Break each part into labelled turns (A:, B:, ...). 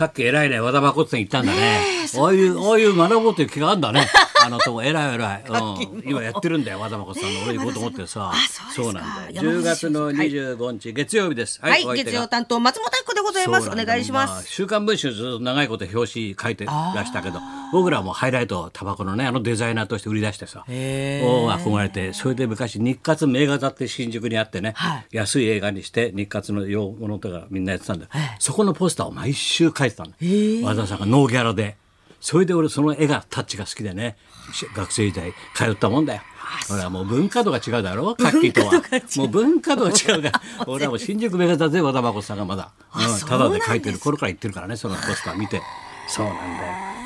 A: さっき偉いね、和田誠さん言ったんだね。ああいう、ああいう学ぼうという気があるん だね。あのとこ、偉い偉い。うん、今やってるんだよ、和田誠さんの。俺行こうと思ってさ
B: 和田さん。あそうですか
A: なんだよ。
B: 山
A: 10
B: 口
A: 月の
B: はい
A: 25日、月曜日です。
B: はい、
A: お相手
B: 月
A: が
B: 曜担当松本明子でございます。お
A: そうなんだ
B: 願いしま
A: あ
B: す。
A: 週刊文春ずっと長いこと表紙書いてらしたけど、僕らはもうハイライトをタバコのねあのデザイナーとして売り出してさ、お憧れて、それで昔日活名画座って新宿にあってね、
B: はい
A: 安い映画にして日活の用物とかみんなやってたんだよ。そこのポスターを毎週書いてたの。和田さんがノーギャラで。それで俺その絵がタッチが好きでねし学生時代通ったもんだよ。ほらもう文化度が違うだろう、活気とは。もう文化度が違うから、俺はもう新宿メガ座で和田誠さんがまだ、うん、
B: そう
A: ただで書
B: ないん
A: て
B: です
A: る頃から言ってるからね、そのポスター見て。そうなんだよ。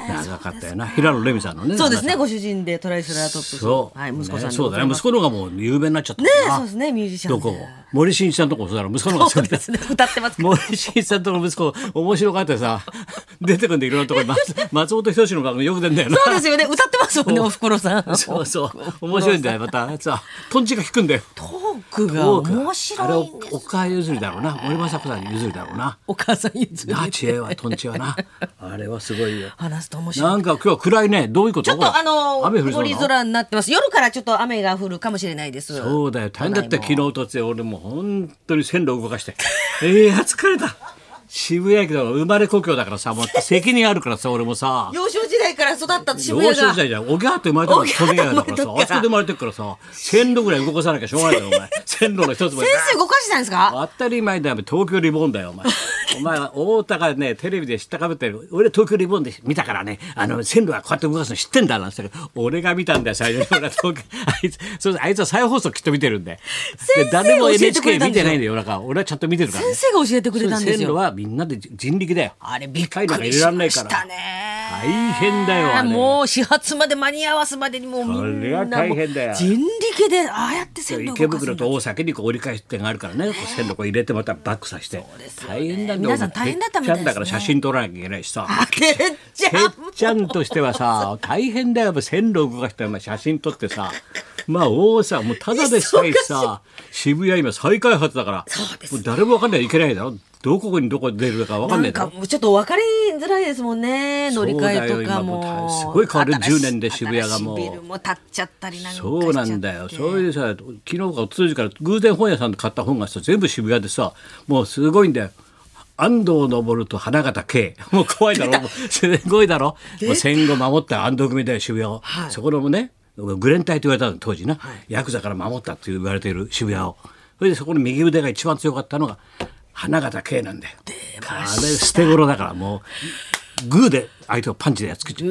A: 長かったよな。平野レミさんのね。
B: そうですね、
A: 旦那
B: ご主人でトライセラトップ
A: さん
B: ス。
A: そう。
B: はい、息子さん
A: ね
B: で
A: そ
B: ご
A: うだ
B: ざ
A: ね。
B: いま
A: 息
B: す。
A: 子の方がもう有名になっちゃったもん
B: ね
A: な
B: そうですねミュージシャン
A: ど
B: で
A: こも森進一さんとこもそうだろ。息子の方が
B: そ
A: そうう
B: で
A: です
B: ね、歌ってますから。
A: 森進一さんとの息子面白かったよさ出てくんでいろんなところに松松本人志の番組よく出るんだよな
B: そうですよね、歌ってますもんね、おふくろさん。
A: そうそう面白いんだよまたさとんちが効くんだよ
B: トークが
A: 多く
B: 面白いん
A: あ
B: で
A: れ
B: す
A: お。母譲りだろうな森政子さん譲りだろうな
B: お母さん言う
A: な知恵はとんちはなあれはすごいよ
B: 話すと面白い。
A: なんか今日は暗いねどういうこと
B: ちょっとあの
A: 雨降り
B: 曇り
A: そうなの
B: 空になってます。夜からちょっと雨が降るかもしれないです。
A: そうだよ大変だった
B: 都
A: 昨
B: 内
A: 日
B: も
A: とつい俺もう本当に線路動かして ええ疲れた渋谷駅だから生まれ故郷だからさもう責任あるからさ俺もさ
B: 幼少時代から育った渋
A: 幼
B: 谷
A: 少
B: が
A: 時。代じゃんおぎゃーって生まれたのが
B: お
A: 富
B: ぎゃー
A: ヶ
B: っ
A: 谷だ
B: て生
A: か
B: まれ
A: ら
B: た
A: さあ
B: から
A: そこで生まれてっからさ線路ぐらい動かさなきゃしょうがないだろお前線路の一つも
B: 先生動かしたんですか。
A: 当たり前だよ、東京リボンだよ、お 前。お前は太田がね、テレビで知ったかぶってる。俺東京リボンで見たからね、あの、線路はこうやって動かすの知ってんだなんて言ったけど、俺が見たんだよ、最初に。俺は東京、 あいつ、そうそうあいつは再放送きっと見てるんで。
B: 先
A: で、
B: 生
A: 誰も
B: 教えてく
A: NHK
B: れたん
A: 見
B: で
A: て
B: しょ
A: ないんだよ、夜中。俺はちゃんと見てるからね。
B: 先生が教えてくれたんです
A: 線路
B: よ。
A: はみんなで人力だよ。
B: あれびっ
A: 機械なん
B: く
A: か
B: り
A: 入れ
B: し
A: られな
B: ま
A: いか
B: し
A: ら。
B: たね。
A: 大変だよ、あれ。
B: もう始発まで間に合わすまでにもうみんなもう
A: そりゃ大変だよ
B: 人力でああやって線路を
A: 池
B: 動かす
A: 袋
B: んだ
A: と大崎にこう折り返し点があるからね、こう線路こう入れてまたバックさせて、大変なんだよ
B: 皆さん大変だったみたいで
A: てっちゃん
B: すね
A: だから写真撮らなきゃいけないしさ
B: あてっちゃん
A: てっちゃんとしてはさ大変だよやっぱ線路を動かしてお前写真撮ってさまあ大さもうただでさえさ渋谷今再開発だからもう誰も分かんないいけないだろどこにどこ出るか分かんな
B: ないん
A: だろ
B: かもうちょっと分かりづらいですもんね乗り換えとか
A: そうだよ今も
B: も
A: うすごい変わる10年で渋谷がもう
B: 新しいビルも建っちゃったりなんかしちゃって
A: そうなんだよそういうさ昨日かお通じから偶然本屋さんで買った本がさ全部渋谷でさもうすごいんだよ安藤昇と花形圭 もう怖 いだろもうすごいだろもう戦後守った安藤組だよ渋谷を、
B: はい
A: そこのねグレン隊と言われたの当時な、ヤクザから守ったって言われている渋谷をそれでそこの右腕が一番強かったのが花形圭なんだよあれ捨て頃だからもうグーで相手をパンチでやっつけちゃう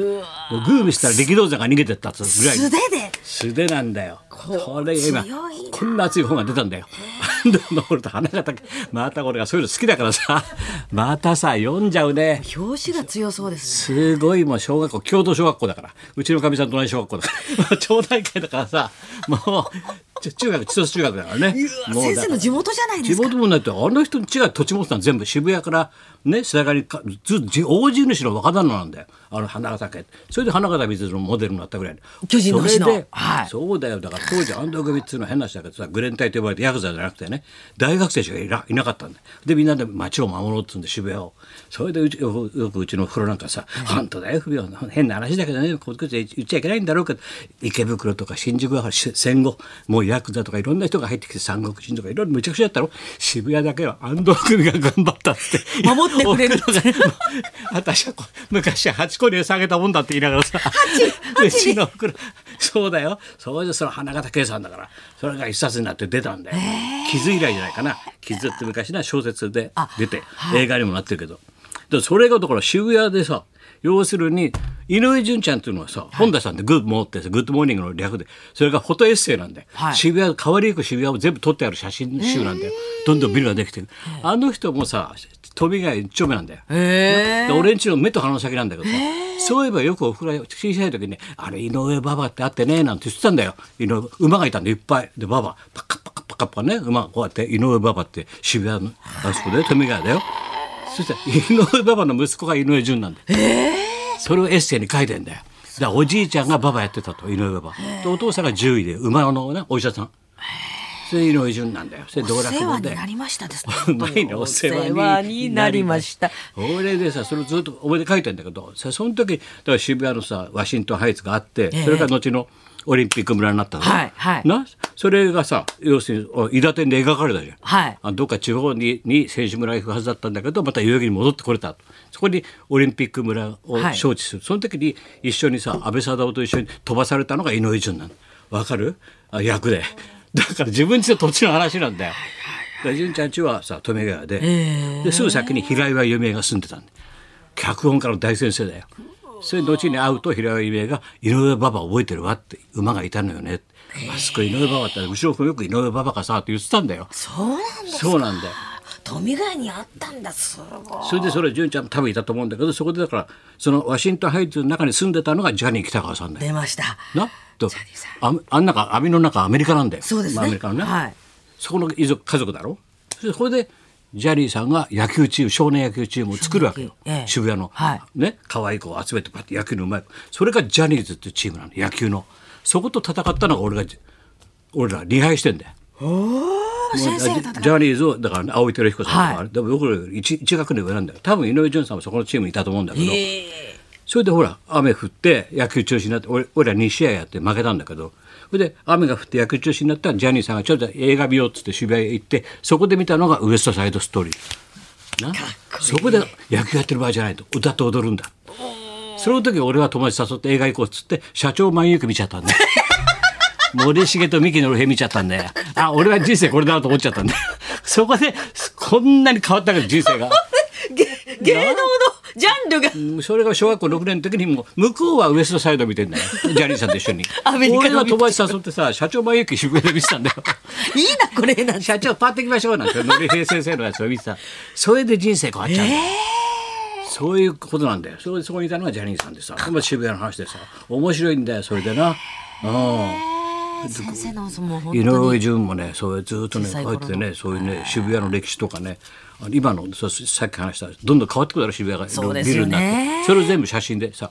A: もうグー見せたら力道山が逃げてったっつうぐらい
B: 素手で
A: 素手なんだよ。これ今
B: 強いな
A: こんな熱い本が出たんだよ。安藤登ると花形また俺がそういうの好きだからさまたさ読んじゃうね。
B: 表紙が強そうです
A: す
B: ね
A: ごいもう小学校京都小学校だからうちのかみさんと同じ小学校だ から町内会だからさもうちょ中学千歳中学だからね。
B: う
A: も
B: わ
A: うだから
B: 先生の地元じゃないで
A: 地
B: すか
A: 元もないってあの人に違う土地持ってたの全部渋谷からね世田谷にかずっとじ大地主の若旦那なんだよあの花形家それで花形水のモデルになったぐらいで
B: 巨人の星の
A: それで、
B: はい
A: そうだよだから当時安藤組っつうのは変な人だけどさグレン隊と呼ばれてヤクザじゃなくてね大学生しかいないなかったんだよでみんなで街を守ろうっつうんで渋谷をそれでうちよくよくうちのおふくろなんかさ「本当だよ不良の変な話だけどねこういうこと言っちゃいけないんだろうけど池袋とか新宿はし戦後もうヤクザとかいろんな人が入ってきて三国人とかいろいろむちゃくちゃやったろ渋谷だけは安藤組が頑張ったって
B: 守ってくれるって
A: おふろが私はこう昔は8個に下げたもんだって言いながらさうちの袋そうだよそれでその花形圭さんだからそれが一冊になって出たんだよ傷以来じゃないかな傷って昔な小説で出て映画にもなってるけどでそれがだから渋谷でさ要するに井上順ちゃんっていうのはさ本田さんってグッモーってさグッドモーニングの略でそれがフォトエッセイなんだよ、
B: はい
A: 渋谷変わりゆく渋谷を全部撮ってある写真集なんだよどんどんビルができてるあの人もさ富ヶ谷一丁目なんだよ
B: へ
A: で俺んちの目と鼻の先なんだけどさそういえばよくおふくろが小さい時にね「あれ井上馬場ってあってね」なんて言ってたんだよ井上馬がいたんでいっぱいで馬場パカパカパカパカね馬がこうやって井上馬場って渋谷のあそこで富ヶ谷だよそしたら井上馬場の息子が井上潤なんだよそれをエッセイに書いてんだよ。だからおじいちゃんがババやってたと井上ババ。でお父さんが獣医で馬のねお医者さん。それ井上順なんだよそれ道
B: お
A: 楽
B: 世
A: 語
B: 話に
A: で
B: なりましたです
A: 前 にお世話に
B: なりました。
A: 俺でさそれをずっと思い出書いてんだけどさその時だから渋谷のさワシントンハイツがあって、
B: ええ
A: それから後のオリンピック村になったの、
B: はいはい
A: なそれがさ要するにお韋駄天で描かれたじゃん、
B: はい
A: あどっか地方にに選手村へ行くはずだったんだけどまた代々木に戻ってこれたとそこにオリンピック村を
B: はい
A: 招致する、その時に一緒にさ安倍貞夫と一緒に飛ばされたのが井上順なのわかるあ役でだから自分ちの土地の話なんだよ。だから純ちゃんちはさ留川で,、ですぐ先に平岩由美が住んでたんで脚本家の大先生だよ。それで後に会うと平岩由美が「井上馬場覚えてるわ」って馬がいたのよねって。あそこ井上馬場って後ろ君よく井上馬場かさって言ってたんだよ。
B: そうなんだ。
A: そうなんだよ。
B: 富ヶ谷にあったんだ。すごい。
A: それでそれ純ちゃんも多分いたと思うんだけどそこでだからそのワシントンハイツの中に住んでたのがジャニー喜多川さんだよ。
B: 出ました。
A: なと
B: ジャニーさん
A: あんあん中網の中アメリカなんだよ。
B: そうです
A: まあアメ
B: ね
A: リカのね。。
B: はい。
A: そこの遺族家族だろそれでそれでジャニーさんが野球チーム少年野球チームを作るわけよ、
B: 少年野球ええ
A: 渋谷の、
B: はい
A: ね可愛い子を集めてこうやって野球のうまい子それがジャニーズっていうチームなの野球のそこと戦ったのが俺が俺ら2敗してんだよ
B: あ先生だっ
A: ジ
B: た
A: ャジャニーズをだから、ね、青井輝彦さんとか、
B: はい
A: でも僕より 1, 学年上なんだよ多分井上潤さんもそこのチームにいたと思うんだけど、
B: ええ
A: それでほら雨降って野球中止になって俺俺ら2試合やって負けたんだけどそれで雨が降って野球中止になったらジャニーさんがちょっと映画見ようっつって渋谷へ行ってそこで見たのが「ウエストサイドストーリー」なそこで野球やってる場合じゃないと歌って踊るんだその時俺は友達誘って映画行こうっつって社長万有機見ちゃったんだよ森重と三木のるへ見ちゃったんだよあ俺は人生これだなと思っちゃったんだよそこでこんなに変わったけど人生が。
B: 芸芸能のジャンルが。
A: うんそれが小学校6年の時にもう向こうはウエストサイド見て んだよジャニーさんと一緒に
B: アメリカ
A: 俺
B: の
A: は友達誘ってさ社長前行き渋谷で見てたんだよ
B: いいな、これなんて。
A: 社長パーって行きましょうなんてノリ平先生のやつを見てたそれで人生変わっちゃうんだよそういうことなんだよそれでそこにいたのがジャニーさんでさ今渋谷の話でさ面白いんだよそれでなうん
B: 先生の、その、本
A: 井
B: 当に。
A: 上潤もねそういうずっとね
B: 小さい
A: 書
B: 頃
A: い
B: の
A: てねそういうね渋谷の歴史とかねあの今のそうさっき話したどんどん変わってくるだろ渋谷が
B: そうで
A: ビ
B: す
A: ル
B: よ
A: に
B: ね
A: なってそれを全部写真でさ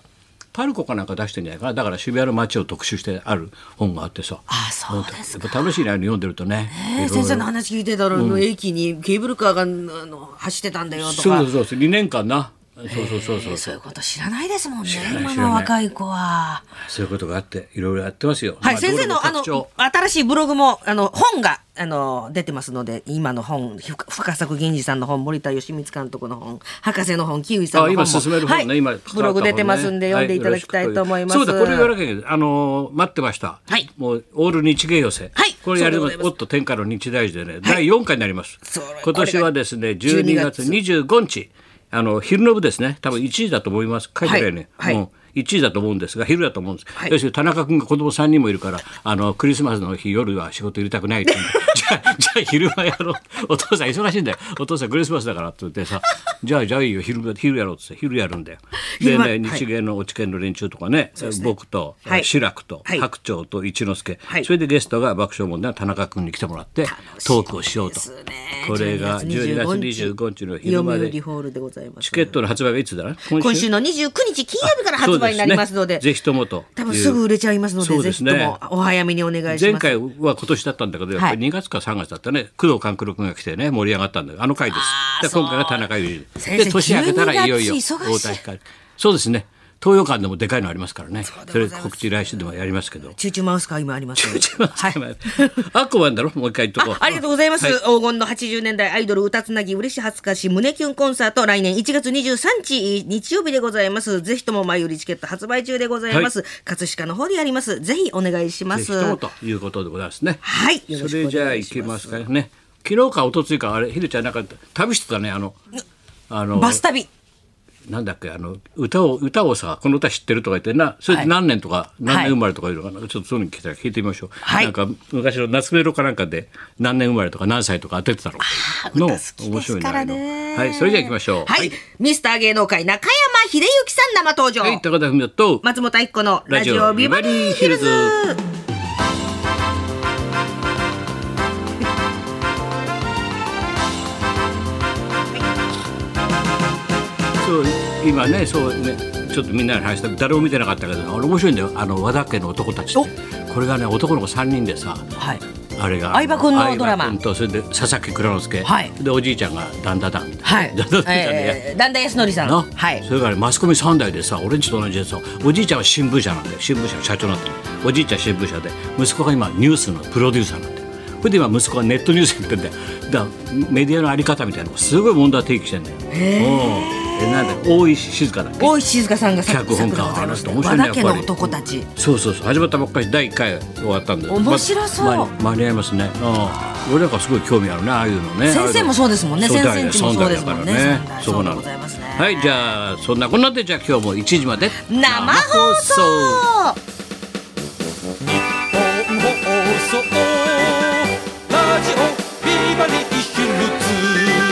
A: パルコかなんか出してんじゃないかなだから渋谷の街を特集してある本があってさ
B: あ、そうです。
A: やっぱ楽しいねああいうの読んでるとねいろいろ
B: 先生の話聞いてたら、駅にケーブルカーがあの走ってたんだよとか
A: そうそうそうそう2年間なそうそうそうそう
B: そういうこと知らないですもんね
A: ない
B: 今
A: 知らない
B: の若い子は。
A: そういうことがあっていろいろやってますよ
B: はい、
A: まあ
B: 先生
A: 道
B: のあ
A: 路
B: の
A: 拡張
B: 新しいブログもあの本があの出てますので今の本ふ深作銀次さんの本森田義満監督の本博士の本キウイさんの
A: あ
B: 本も
A: 今進める本ね、
B: はい
A: 今関わった本ね
B: ブログ出てますんで読んでいただきたいと思います。
A: はよろしくそうだこれ言わなきゃいけないあのー待ってました、
B: はい
A: もうオール日芸寄せ、
B: はい
A: これやりま
B: そうでござい
A: す
B: ます
A: おっと天下の日大寺でね、第4回になります
B: そうこれが
A: 今年はですね12
B: 12
A: 月
B: 月
A: 25日あの昼の部ですね多分1位だと思います書いてないね、
B: はいはい
A: うん1位だと思うんですが昼だと思うんです、
B: はい
A: 要するに田中君が子供3人もいるからあのクリスマスの日夜は仕事入れたくない って言うんでじゃあじゃあ昼間やろうお父さん忙しいんだよお父さんクリスマスだからって言ってさじゃあじゃあいいよ昼昼やろうって言って昼やるんだよで
B: 昼間は
A: ね
B: い
A: 日芸の落研の連中とかね僕と
B: はい
A: 志らくと
B: はい
A: 白鳥と一之輔
B: はい
A: それでゲストが爆笑問題の田中君に来てもらってトークをしようと
B: 楽しみですね
A: これが12
B: 12
A: 月
B: 月
A: 25日の昼
B: 読
A: まで
B: 売ホールでございます
A: チケットの発売がいつだな
B: 今週の29日金曜日から発売になりますので
A: そうすねぜひともという
B: 多分すぐ売れちゃいますので
A: そう
B: ぜ
A: です
B: ひ
A: ね
B: ともお早めにお願いします。
A: 前回は今年だったんだけど、やっぱり2月か3月だったね、工藤官九郎君が来てね、盛り上がったんだよ。あの回です。で今回が田中裕二。
B: 先生
A: で、年明けたらいよいよ
B: 12月忙しい
A: 大田光。そうですね。東洋館でもでかいのありますからね。
B: うで
A: そ
B: ござい
A: れ
B: ます
A: 告知来週でもやりますけど。
B: チューチューマウスカー今ありますの で。
A: はい、アクアンだろもう一回言っとこう
B: あありがとうございます、
A: は
B: 黄金の80年代アイドル歌つなぎ嬉し恥ずかし胸キュンコンサート来年1月23日日曜日でございますぜひとも前よりチケット発売中でございます、葛飾の方でやりますぜひお願いしま
A: ぜひ
B: す
A: ともということでございますね。
B: はいよ
A: そ
B: ろし
A: れ
B: くお
A: じゃあ
B: 願い
A: 行
B: し
A: き
B: ま
A: ますすかね。昨日か一昨日かあれひるちゃんなんか旅してたねあのあの
B: バス旅
A: なんだっけあの歌を歌をさこの歌知ってるとか言ってなそれで何年とか、何年生まれとかいうのかな、ちょっとそういうの聞いたら聞いてみましょう、
B: はい
A: なんか昔の夏メロかなんかで何年生まれとか何歳とか当ててたのの
B: 歌好きですからね
A: はいそれじゃあ行きましょう
B: はい、ミスター芸能界中山秀幸さん生登場、
A: はい、はい、高田文夫と
B: 松本明子のラジ
A: ラジオ
B: オビバリーヒルズ
A: ビバリそう今ねそうねちょっとみんなに話した誰も見てなかったけどあれ面白いんだよあの和田家の男たちってこれがね男の子3人でさ
B: はい
A: あれが
B: 相葉君のドラ
A: 相
B: マ
A: 葉君とそれで佐々木蔵之介、
B: はい
A: でおじいちゃんがダンダダン
B: は
A: ダ
B: い
A: ンダダンじゃねえ
B: えー、だんだんやすのりさん
A: な、
B: はい
A: それからマスコミ三代でさ俺んちと同じでさおじいちゃんは新聞社なんだよ新聞社の社長になってるおじいちゃん新聞社で息子が今ニュースのプロデューサーなんだよそれで今息子がネットニュースやってんだよだからメディアのあり方みたいなのすごい問題提起してんだようんえなんだよ大石静香だっけ
B: 大石静香さんが作
A: 脚本家
B: 作でございます
A: あの人面白いね
B: 和田家の
A: やっぱり
B: 男たち
A: そうそうそう始まったばっかり第1回終わったんで
B: 面白そう
A: ま間に間に合いますね、うん、俺なんかすごい興味あるねああいうのね
B: 先生もそうですもんね
A: そうだよ
B: 先生んちもそうですもんね
A: 三代だからね
B: 三代
A: そうな
B: そうでご
A: の
B: ざいますね
A: はいじゃあそんなこんなでじゃあ今日も1時まで
B: 生放
A: 送
B: 送
C: 日本放送ラジオビバリーヒルズ」